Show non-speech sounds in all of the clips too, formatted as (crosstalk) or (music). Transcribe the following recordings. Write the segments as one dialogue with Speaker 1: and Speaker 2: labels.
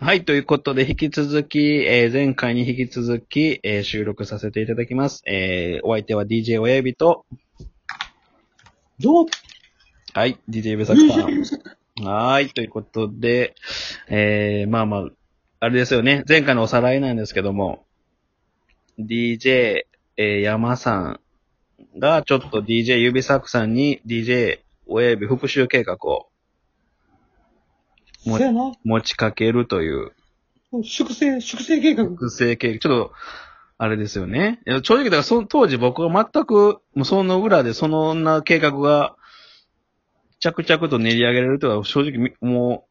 Speaker 1: はい、ということで、引き続き、えー前回に引き続き、えー収録させていただきます。えーお相手は DJ 親指と、
Speaker 2: どう
Speaker 1: はい、DJ ベサクさん。はーい、ということで、えー、まあまあ、あれですよね。前回のおさらいなんですけども、DJ、えー、山さんが、ちょっと DJ 指サクさんに DJ 親指復習計画をも
Speaker 2: そうやな。
Speaker 1: 持ちかけるという、
Speaker 2: 粛清、粛清計画。
Speaker 1: 育成計画。ちょっと、あれですよね。いや正直、だからその当時僕は全く、もうその裏でそんな計画が、着々と練り上げられるとは正直み、も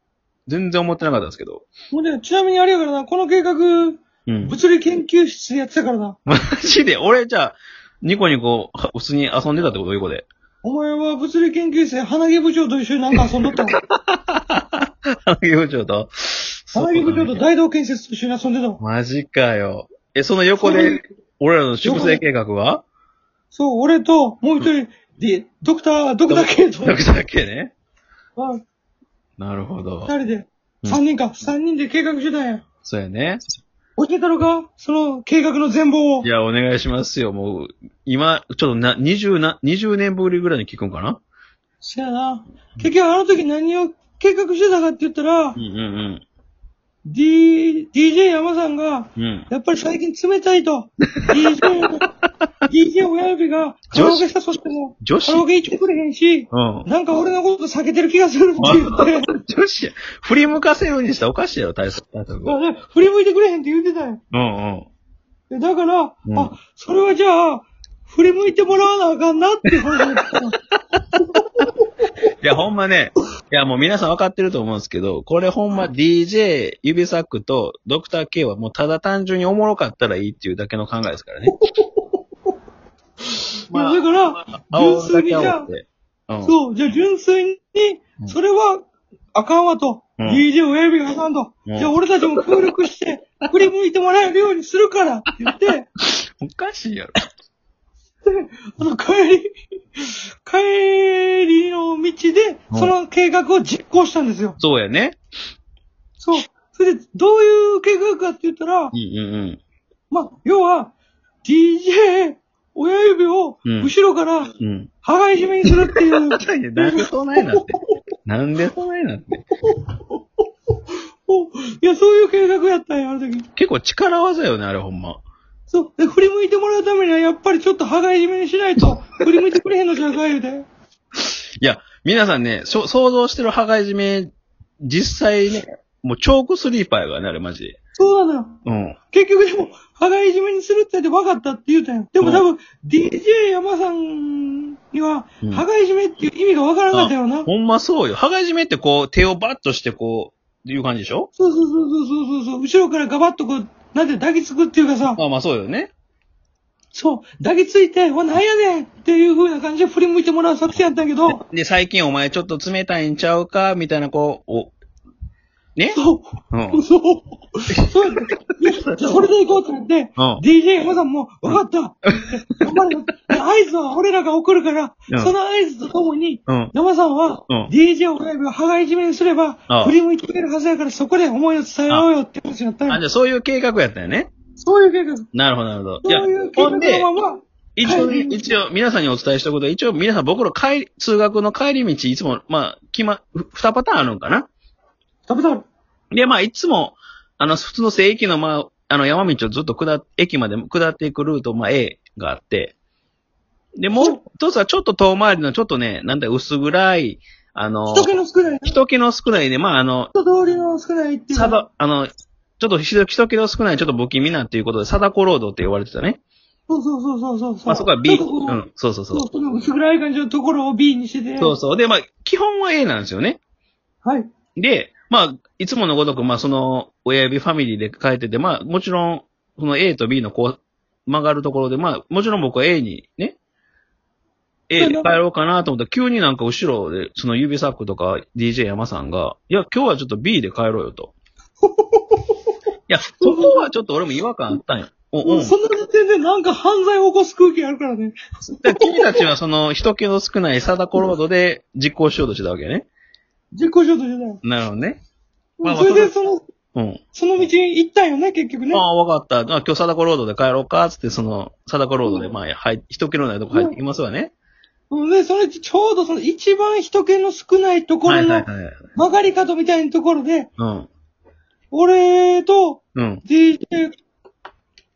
Speaker 1: う、全然思ってなかったんですけど。
Speaker 2: もうね、ちなみにあれやからな、この計画、
Speaker 1: うん。
Speaker 2: 物理研究室でやってたからな。
Speaker 1: マジで、俺じゃあ、ニコニコ、は普通に遊んでたってこと横で。 (laughs)
Speaker 2: お前は物理研究室で花毛部長と一緒になんか遊んどっ
Speaker 1: (laughs)
Speaker 2: たわ。
Speaker 1: 花木部長と。
Speaker 2: 花毛部長と大道建設と一緒に遊んでたわ。
Speaker 1: マジかよ。え、その横で、俺らの粛清計画は
Speaker 2: そう、俺と、もう一人、で、ドクター、ドクター系と、
Speaker 1: だけね。
Speaker 2: あ
Speaker 1: なるほど
Speaker 2: 二。人で、
Speaker 1: うん
Speaker 2: 三人か、三人で計画してたんや。
Speaker 1: そうやね。
Speaker 2: 教えたろかその計画の全貌を
Speaker 1: い。や、お願いしますよ。もう、今、ちょっとな、20な、20年ぶりぐらいに聞くんかな
Speaker 2: そやな。結局あの時何を計画してたかって言ったら
Speaker 1: うん、うん
Speaker 2: D、DJ 山さんが、
Speaker 1: うん。うん。
Speaker 2: やっぱり最近冷たいと。DJ、DJ 親指がカラオケ誘っても、
Speaker 1: 女子
Speaker 2: カラオケ行ってくれへんし、
Speaker 1: うん。
Speaker 2: なんか俺のこと避けてる気がするって言って、
Speaker 1: 女子や。振り向かせようにしたらおかしいやろ、対策。対策。うん
Speaker 2: あ振り向いてくれへんって言ってたよ。
Speaker 1: うん。
Speaker 2: でだから、
Speaker 1: うん
Speaker 2: あ、それはじゃあ、振り向いてもらわなあかんなって話だった。
Speaker 1: いや、ほんまね、いや、もう皆さん分かってると思うんですけど、これほんま DJ、指サックとドクター K はもうただ単純におもろかったらいいっていうだけの考えです (laughs) からね。
Speaker 2: いやだから、純粋にじゃあ、
Speaker 1: て。うん。
Speaker 2: そう、じゃあ純粋に
Speaker 1: う、ん
Speaker 2: それは、あかんわと。
Speaker 1: うん
Speaker 2: DJ 親指があかんと。
Speaker 1: うん
Speaker 2: じゃあ俺たちも協力して、振り向いてもらえるようにするからって言って、
Speaker 1: おかしいやろ。
Speaker 2: (laughs) あの、帰り、帰りの道で、
Speaker 1: うん
Speaker 2: その計画を実行したんですよ。
Speaker 1: そうやね。
Speaker 2: そう。それで、どういう計画かって言ったら
Speaker 1: う、んうん
Speaker 2: まあ、要は、DJ、親指を、
Speaker 1: うん
Speaker 2: 後ろから、
Speaker 1: うん。うん。
Speaker 2: 羽がいじめにするっ
Speaker 1: (laughs)
Speaker 2: ていう、
Speaker 1: なんでそないなって。なんでそないなって。
Speaker 2: おいや、そういう計画やったんや、あの時。
Speaker 1: 結構力技よね、あれほんま。
Speaker 2: そう。で、振り向いてもらうためには、やっぱりちょっと羽がいじめにしないと、振り向いてくれへんのじゃあか、言うて。
Speaker 1: いや、皆さんね、しょ想像してる羽がいじめ、実際ね、もうチョークスリーパーやからね、あれマジで。
Speaker 2: そうなのよ。
Speaker 1: うん。
Speaker 2: 結局でも、羽がいじめにするって言って分かったって言うたんや。でも多分、DJ 山さんには
Speaker 1: うん、
Speaker 2: 羽がいじめっていう意味が分からなかったよな。そう
Speaker 1: ほんまそうよ。羽がいじめってこう、手をバッとしてこう、いう感じでしょ
Speaker 2: そうそうそうそうそう。後ろからガバッとこう、なんて抱きつくっていうかさ、
Speaker 1: まあまあそうよね。
Speaker 2: そう、抱きついて、わ、なんやねんっていう風な感じで振り向いてもらう作戦やったんやけど、
Speaker 1: で、最近お前ちょっと冷たいんちゃうか、みたいなこう、お、ね
Speaker 2: そうう、
Speaker 1: ん。
Speaker 2: そう、
Speaker 1: (laughs)
Speaker 2: そうやって、じゃあそれで行こうってなって、
Speaker 1: うん
Speaker 2: DJ 山さんも、分
Speaker 1: (laughs)
Speaker 2: かった頑張れよ合図は俺らが送るから
Speaker 1: うん、
Speaker 2: その合図とともに、
Speaker 1: うん。
Speaker 2: 山さんは
Speaker 1: うん、
Speaker 2: DJ 親指を羽がいじめにすれば
Speaker 1: ああ、
Speaker 2: 振り向いてくれるはずやから、そこで思いを伝えようよって話になった
Speaker 1: あ、
Speaker 2: ん
Speaker 1: じ
Speaker 2: や
Speaker 1: ゃあそういう計画やったよね。
Speaker 2: そういう計画。そ
Speaker 1: なるほど、なるほど。
Speaker 2: ういう計
Speaker 1: ほんで
Speaker 2: 画のまま、
Speaker 1: 一応ね、
Speaker 2: 帰り道
Speaker 1: 一応、皆さんにお伝えしたことは、一応皆さん僕の帰り、通学の帰り道、いつも、まあ、決ま、ふ二パターンあるんかな
Speaker 2: 食べたら、
Speaker 1: で、まあ、いつも、あの、普通の正駅の、まあ、あの、山道をずっと下っ、駅まで下っていくルート、まあ、A があって、で、もう一つはちょっと遠回りの、ちょっとね、なんだ、薄暗い、あの、
Speaker 2: 人気の少ない、人
Speaker 1: 人気の少ないね、まあ、あの、
Speaker 2: 通りの少ないっていう
Speaker 1: さ
Speaker 2: か。
Speaker 1: だ、あの、ちょっと人人気の少ない、ちょっと不気味なっていうことで、貞子ロードって言われてたね。
Speaker 2: そうそうそうそうそう。
Speaker 1: まあ、そこは B、
Speaker 2: ちょっとこ
Speaker 1: う、
Speaker 2: うん
Speaker 1: そうそうそ
Speaker 2: そうう。この薄暗い感じのところを B にしてて。
Speaker 1: そうそう。で、まあ、基本は A なんですよね。
Speaker 2: はい。
Speaker 1: で、まあ、いつものごとく、まあ、その、親指ファミリーで書いてて、まあ、もちろん、その A と B のこう、曲がるところで、まあ、もちろん僕は A にね、A で帰ろうかなと思ったら、急になんか後ろで、その指サックとか DJ 山さんが、いや、今日はちょっと B で帰ろうよ (laughs) と。いや、そこはちょっと俺も違和感あったんよ。お、うん。
Speaker 2: そんな時点でなんか犯罪を起こす空気あるからね。
Speaker 1: で君たちはその、人気の少ない貞子ロードで実行しようとしてたわけね。
Speaker 2: 実行しようとしてたよ。
Speaker 1: なるほどね。まあまあ
Speaker 2: それでその、
Speaker 1: うん。
Speaker 2: その道行ったんよね、結局ね。
Speaker 1: (laughs) ああ、わかった。あ今日、貞子ロードで帰ろうか、つって、その、貞子ロードで、まあ、はい、一キロないとこ入ってきますわね。
Speaker 2: うんで、それちょうどその一番人気の少ないとこ
Speaker 1: は
Speaker 2: ろ
Speaker 1: いはい
Speaker 2: の
Speaker 1: はい。
Speaker 2: 曲がり角みたいなところで、
Speaker 1: うん。
Speaker 2: 俺と
Speaker 1: うん。
Speaker 2: DJ、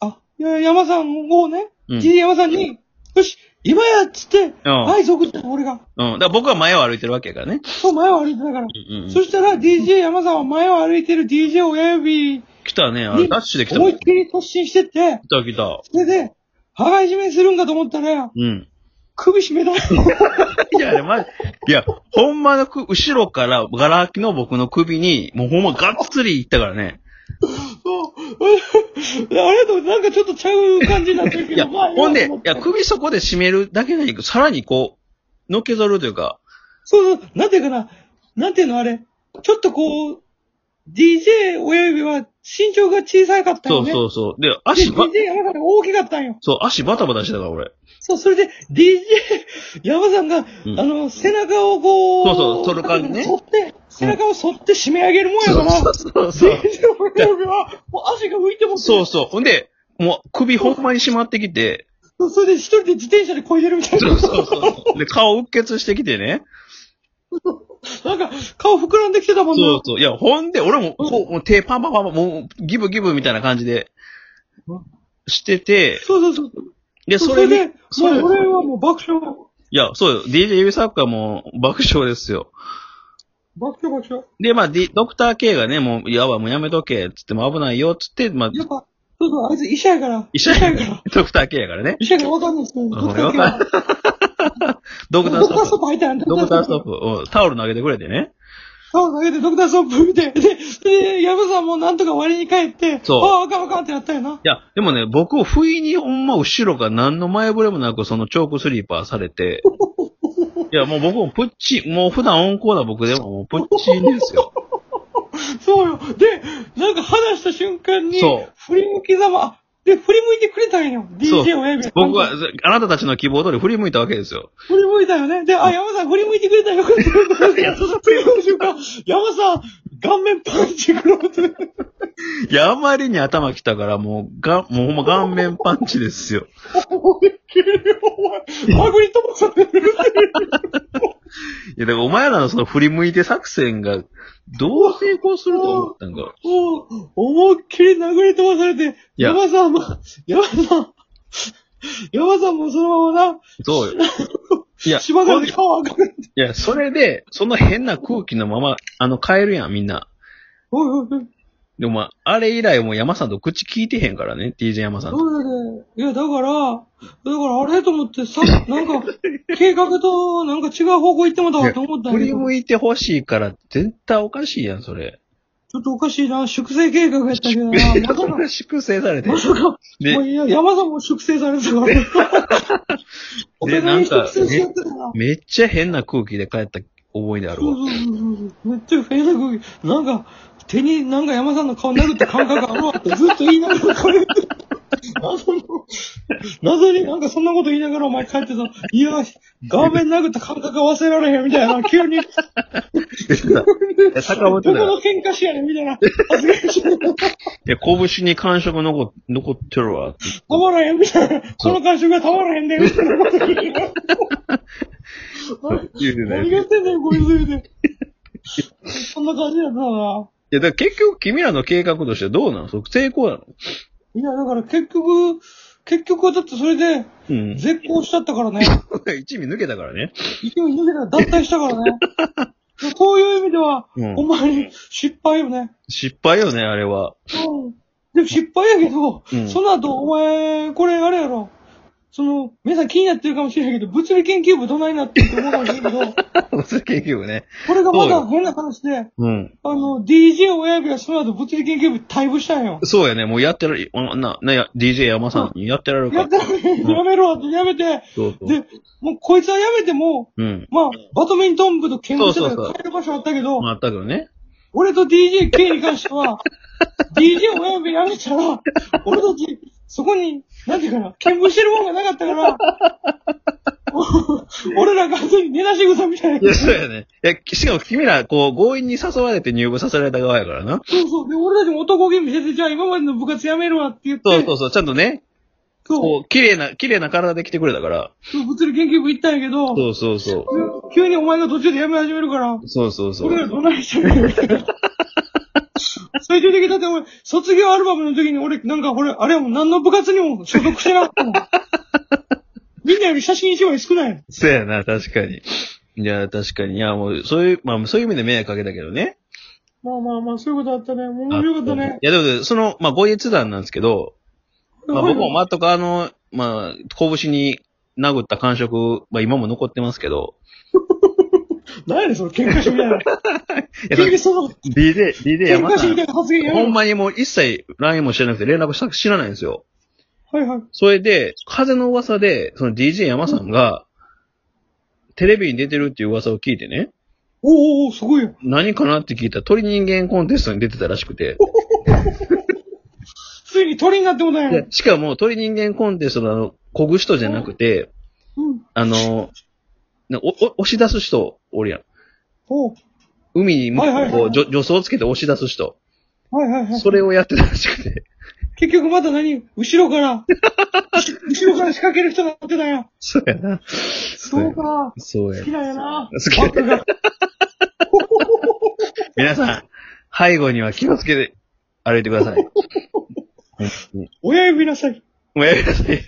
Speaker 2: あ、いや山さんをね、
Speaker 1: うん。
Speaker 2: DJ 山さんに、よし、今やっつって、
Speaker 1: うん
Speaker 2: 合図送ったの俺が。
Speaker 1: うん。だから僕は前を歩いてるわけやからね。
Speaker 2: そう、前を歩いてたから。
Speaker 1: うんうん。
Speaker 2: そしたら DJ 山さんは前を歩いてる DJ 親指に
Speaker 1: 来たね。あれ、ダッシュで来たも
Speaker 2: 思
Speaker 1: ん。
Speaker 2: いっきり突進してって、
Speaker 1: 来た来た。
Speaker 2: それで、羽交い締めにするんかと思ったら、
Speaker 1: うん。
Speaker 2: 首
Speaker 1: (laughs)
Speaker 2: 絞めた。
Speaker 1: いや、あれ、まじ、いや、ほんまのく、後ろから、ガラ空きの僕の首に、もうほんまがっつり行ったからね。
Speaker 2: (laughs) あれとなんかちょっとちゃう感じになってるけ
Speaker 1: い
Speaker 2: ど、
Speaker 1: や、
Speaker 2: まあ
Speaker 1: ほんで、い
Speaker 2: と思って
Speaker 1: や、首そこで締めるだけじゃなく、さらにこう、のけぞるというか、
Speaker 2: そうそう、なんていうかな、なんていうのあれ、ちょっとこう、DJ 親指は身長が小さかった
Speaker 1: そ
Speaker 2: よ
Speaker 1: う
Speaker 2: ね。
Speaker 1: そうそう。で、足ば、
Speaker 2: で DJ 山さんが大きかったんよ。
Speaker 1: そう、足バタバタしてたから、俺。
Speaker 2: そう、それで DJ 山さんが、
Speaker 1: うん
Speaker 2: あの、背中をこう、
Speaker 1: そうそう反る感じね
Speaker 2: 反って、背中を反って締め上げるもんやから、
Speaker 1: そう
Speaker 2: DJ 親指は、もう足が浮いても
Speaker 1: そうそう。ほんで、もう首ほんまに締まってきて、
Speaker 2: う。それで一人で自転車で漕いでるみたいな。
Speaker 1: そうそうそう。で、顔うっ血してきてね。
Speaker 2: なんか、顔膨らんできてたもん
Speaker 1: そう
Speaker 2: な。
Speaker 1: そう。いや、ほんで、俺も、こう、もう手パンパンパンパン、もう、ギブギブみたいな感じで
Speaker 2: うん、
Speaker 1: してて、
Speaker 2: そうそうそう。
Speaker 1: で、
Speaker 2: そ
Speaker 1: そ
Speaker 2: れ
Speaker 1: れ
Speaker 2: で
Speaker 1: で、、それ
Speaker 2: もう俺はもう爆笑、
Speaker 1: いや、そうよ。DJ 指サッカーも爆笑ですよ。
Speaker 2: 爆笑爆笑。
Speaker 1: で、まあ、D、ドクター K がね、もう、いやばい、もうやめとけ、つって、もう危ないよ、つって、まあ、
Speaker 2: やっぱ、そうそう、あいつ医者やから。
Speaker 1: 医者
Speaker 2: や
Speaker 1: や
Speaker 2: から。
Speaker 1: ドクター K やからね。
Speaker 2: 医者がわかんないですけど、
Speaker 1: ん
Speaker 2: ドクター系は
Speaker 1: ドクターストッ
Speaker 2: ドクターストッ
Speaker 1: プ。
Speaker 2: プ入ったんや
Speaker 1: ドクターストッ
Speaker 2: プ。
Speaker 1: プ。うんタオル投げてくれてね。
Speaker 2: そう、投げてドクターストップ見て、で、で、ヤブさんもなんとか割に帰って、
Speaker 1: そう
Speaker 2: ああ、あかんあかんってなったよな。
Speaker 1: いや、でもね、僕を不意にほんま後ろが何の前触れもなくそのチョークスリーパーされて、いや、もう僕もプッチ、もう普段温厚な僕でももうプッチンですよ。
Speaker 2: そうよ。で、なんか話した瞬間に、
Speaker 1: そう
Speaker 2: 振り向きざま、で、振り向いてくれたんよ。
Speaker 1: そう
Speaker 2: DJ 親指。
Speaker 1: 僕は、あなたたちの希望通り振り向いたわけですよ。
Speaker 2: 振り向いたよね。で、あ、山さん振り向いてくれたよ。よかった振り向いた瞬間、山さん、顔面パンチ食らうて。
Speaker 1: いや、あまりに頭きたからもう、が、もうほんま顔面パンチですよ。
Speaker 2: 思いっきり、お前、まぐり飛ばされる。
Speaker 1: いや、だからお前らのその振り向いて作戦が、どう成功すると思ったんか。
Speaker 2: もう、思いっきり殴り飛ばされて、
Speaker 1: いや
Speaker 2: 山さんも、山さん、山さんもそのままな、
Speaker 1: そうよ。いや、
Speaker 2: 芝が顔赤くなって。
Speaker 1: いや、それで、その変な空気のまま、あの、帰るやん、みんな。
Speaker 2: おいおいおい、
Speaker 1: でもまあ、あれ以来もう山さんと口聞いてへんからね、DJ 山さんと。
Speaker 2: そうだね。いや、だから、だからあれと思ってさ、なんか、計画となんか違う方向行ってもたわと思ったん
Speaker 1: 振
Speaker 2: や
Speaker 1: り
Speaker 2: けど
Speaker 1: 向いてほしいから、絶対おかしいやん、それ。
Speaker 2: ちょっとおかしいな、粛清計画やったけどな、まさか、
Speaker 1: 粛清されて
Speaker 2: ま。さか、
Speaker 1: で
Speaker 2: もういや、山さんも粛清されてた
Speaker 1: (laughs)
Speaker 2: から。お互いに粛清しちゃってたな。
Speaker 1: めっちゃ変な空気で帰った思い出ある
Speaker 2: そう
Speaker 1: わ。
Speaker 2: そうそうそう。めっちゃフェイダーク、なんか、手になんか山さんの顔殴った感覚あるわってずっと言いながら帰って。謎の、謎になんかそんなこと言いながらお前帰ってた。いや、顔面殴った感覚忘れられへんみたいな、急に。
Speaker 1: や坂本だ
Speaker 2: どこの喧嘩しやねんみたいな。恥ずかしい。
Speaker 1: いや、拳に感触残残ってるわ。
Speaker 2: たまらへんみたいな。この感触がたまらへんで、みたいな。
Speaker 1: 言うてたよ
Speaker 2: 何がしてんだよ、こいつ言うて。そんな感じやったな。
Speaker 1: いや、だから結局君らの計画としてどうなのそれ成功なの
Speaker 2: いや、だから結局、結局はだってそれで
Speaker 1: うん。
Speaker 2: 絶好しちゃったからね。
Speaker 1: 一味抜けたからね。
Speaker 2: 勢い抜けたら脱退したから
Speaker 1: (laughs)
Speaker 2: ね。そういう意味では、
Speaker 1: うん
Speaker 2: ほんまに失敗よね。
Speaker 1: 失敗よね、あれは。
Speaker 2: うん。で、失敗やけど、
Speaker 1: うん
Speaker 2: その後、お前、これあれやろ。その、皆さん気になってるかもしれないけど、物理研究部どないなってると思う
Speaker 1: (laughs)
Speaker 2: かもしれないけど、こ
Speaker 1: それ結局ね。
Speaker 2: れがま
Speaker 1: そう
Speaker 2: た
Speaker 1: よ
Speaker 2: 変な話で、
Speaker 1: うん。
Speaker 2: あの、DJ 親指がその後物理研究部退部したんよ。
Speaker 1: そうやね、もうやってられ、あな、な、や DJ 山さんにやってられるか
Speaker 2: やっ
Speaker 1: ら。
Speaker 2: たら、やめろってやめて、
Speaker 1: そうそう。
Speaker 2: で、もうこいつはやめても、
Speaker 1: うん。
Speaker 2: まあ、バドミントン部と見してた
Speaker 1: そう
Speaker 2: ら
Speaker 1: そうそう
Speaker 2: 帰る場所あったけど、
Speaker 1: まあ、あったけどね。
Speaker 2: 俺と DJK に関しては、DJ 親指やめたら、
Speaker 1: (laughs)
Speaker 2: 俺たち、そこに、なんていうかな、見舞してるもんがなかったから、俺ら完全に寝出し草みたい
Speaker 1: い
Speaker 2: な。
Speaker 1: や、そうやね。いや、しかも君ら、こう、強引に誘われて入部させられた側やからな。
Speaker 2: そうそう。で、俺たちも男気見せて、じゃあ今までの部活やめるわって言って、
Speaker 1: そうそうそう、ちゃんとね、
Speaker 2: そう
Speaker 1: こう、綺麗な、綺麗な体で来てくれたから。
Speaker 2: そう物理研究部行ったんやけど、
Speaker 1: そうそうそう。
Speaker 2: 急にお前が途中でやめ始めるから、
Speaker 1: そうそうそ
Speaker 2: 俺ら
Speaker 1: う。
Speaker 2: どないしてるみたいな。 (laughs) 最終的に、だって俺、卒業アルバムの時に俺、なんか俺、あれやもん何の部活にも所属してなかったも (laughs) ん。みんなより写真一枚少ない。
Speaker 1: そうやな、確かに。いや、確かに。いや、もう、そういう、まあ、そういう意味で迷惑かけたけどね。
Speaker 2: まあまあまあ、そういうことあったね。もう面白かったね。
Speaker 1: いや、でも、その、まあ、後日談なんですけど、まあ、僕も全くあの、まあ、拳に殴った感触、まあ、今も残ってますけど、
Speaker 2: 何やねん、その喧嘩しみ (laughs) たい
Speaker 1: い
Speaker 2: な。
Speaker 1: や、そ
Speaker 2: 喧
Speaker 1: れ
Speaker 2: (laughs) 嘩しそうな
Speaker 1: DJ、DJ
Speaker 2: 喧
Speaker 1: 山
Speaker 2: 嘩し
Speaker 1: さ
Speaker 2: み
Speaker 1: ん
Speaker 2: た、いな発言やめ
Speaker 1: ほ
Speaker 2: ろ
Speaker 1: んまにもう一切 LINE もしてなくて連絡したく知らないんですよ。
Speaker 2: はいはい。
Speaker 1: それで、風の噂で、その DJ 山さんが、テレビに出てるっていう噂を聞いてね、
Speaker 2: おーおーおーすごいよ。
Speaker 1: 何かなって聞いたら鳥人間コンテストに出てたらしくて、
Speaker 2: ついに鳥になってもたんや
Speaker 1: でしかも鳥人間コンテストのあの、こぐ人じゃなくて、
Speaker 2: うん。
Speaker 1: あの、なお、お、押し出す人、おるやん。
Speaker 2: おう
Speaker 1: 海に向か
Speaker 2: はい
Speaker 1: って
Speaker 2: はい
Speaker 1: こ
Speaker 2: は
Speaker 1: う、
Speaker 2: い
Speaker 1: じょ助走をつけて押し出す人。
Speaker 2: はいはいはい。
Speaker 1: それをやってたらしく
Speaker 2: (laughs)
Speaker 1: て。
Speaker 2: 結局また何後ろ (laughs) から、後ろから仕掛ける人になってたんや。
Speaker 1: そうやな。
Speaker 2: そうか。
Speaker 1: そうや
Speaker 2: 好き。なんやな。
Speaker 1: 好きだ
Speaker 2: バッグが
Speaker 1: 皆さん、背後には気をつけて歩いてください。
Speaker 2: (laughs) 親指なさい。
Speaker 1: もうやめなさい。